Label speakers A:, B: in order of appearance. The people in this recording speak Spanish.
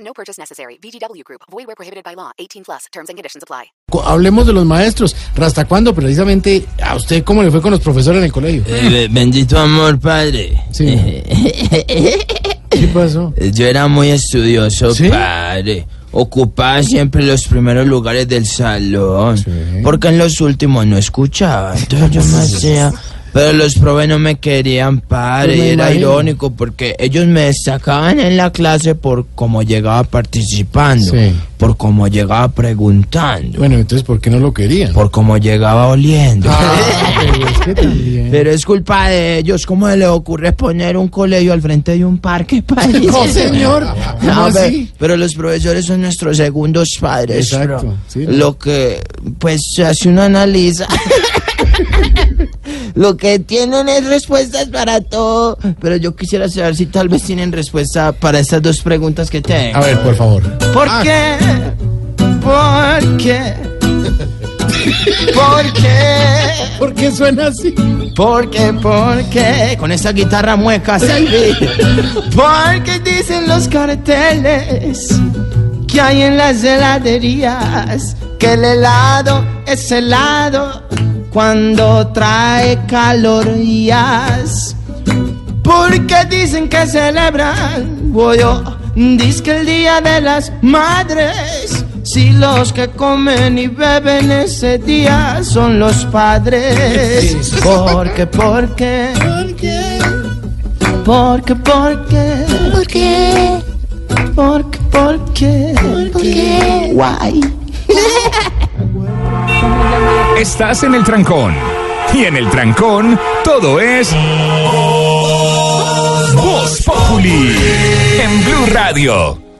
A: No purchase necessary. VGW Group. Void where prohibited by law. 18 plus. Terms and conditions apply.
B: Hablemos de los maestros. ¿Hasta cuándo precisamente a usted cómo le fue con los profesores en el colegio?
C: Eh, Bendito amor, padre. Eh,
B: Sí. ¿Qué pasó?
C: Yo era muy estudioso,
B: ¿Sí?
C: padre. Ocupaba siempre los primeros lugares del salón.
B: Sí.
C: Porque en los últimos no escuchaba. Entonces yo me hacía. Pero los profes no me querían,
B: Pues
C: padre.
B: me
C: y era
B: imagino.
C: irónico porque ellos me destacaban en la clase por cómo llegaba participando.
B: Sí.
C: Por cómo llegaba preguntando.
B: Bueno, entonces ¿por qué no lo querían?
C: Por cómo llegaba oliendo.
B: Ah, pero es que también.
C: Pero es culpa de ellos. ¿Cómo se le ocurre poner un colegio al frente de un parque, padre?
B: No, señor. ¿Cómo
C: No, pe-
B: así?
C: pero los profesores son nuestros segundos padres.
B: Exacto,
C: bro.
B: sí.
C: Lo que, pues, hace uno analiza. Lo que tienen es respuestas para todo. Pero yo quisiera saber si tal vez tienen respuesta para estas dos preguntas que tengo.
B: A ver, por favor.
C: ¿Por
B: Ah.
C: qué? ¿Por qué? ¿Por qué?
B: ¿Por qué suena así?
C: Porque, porque, con esa guitarra mueca, Salvi. Porque dicen los carteles que hay en las heladerías que el helado es helado cuando trae calorías. Porque dicen que celebran, yo, dice el día de las madres. Si los que comen y beben ese día son los padres. Porque, porque,
B: ¿Por qué?
C: porque, porque,
D: ¿Por qué?
C: porque, porque,
D: ¿Por qué?
C: guay.
E: Estás en el trancón. Y en el trancón, todo es. Voz Populi. En Blue Radio.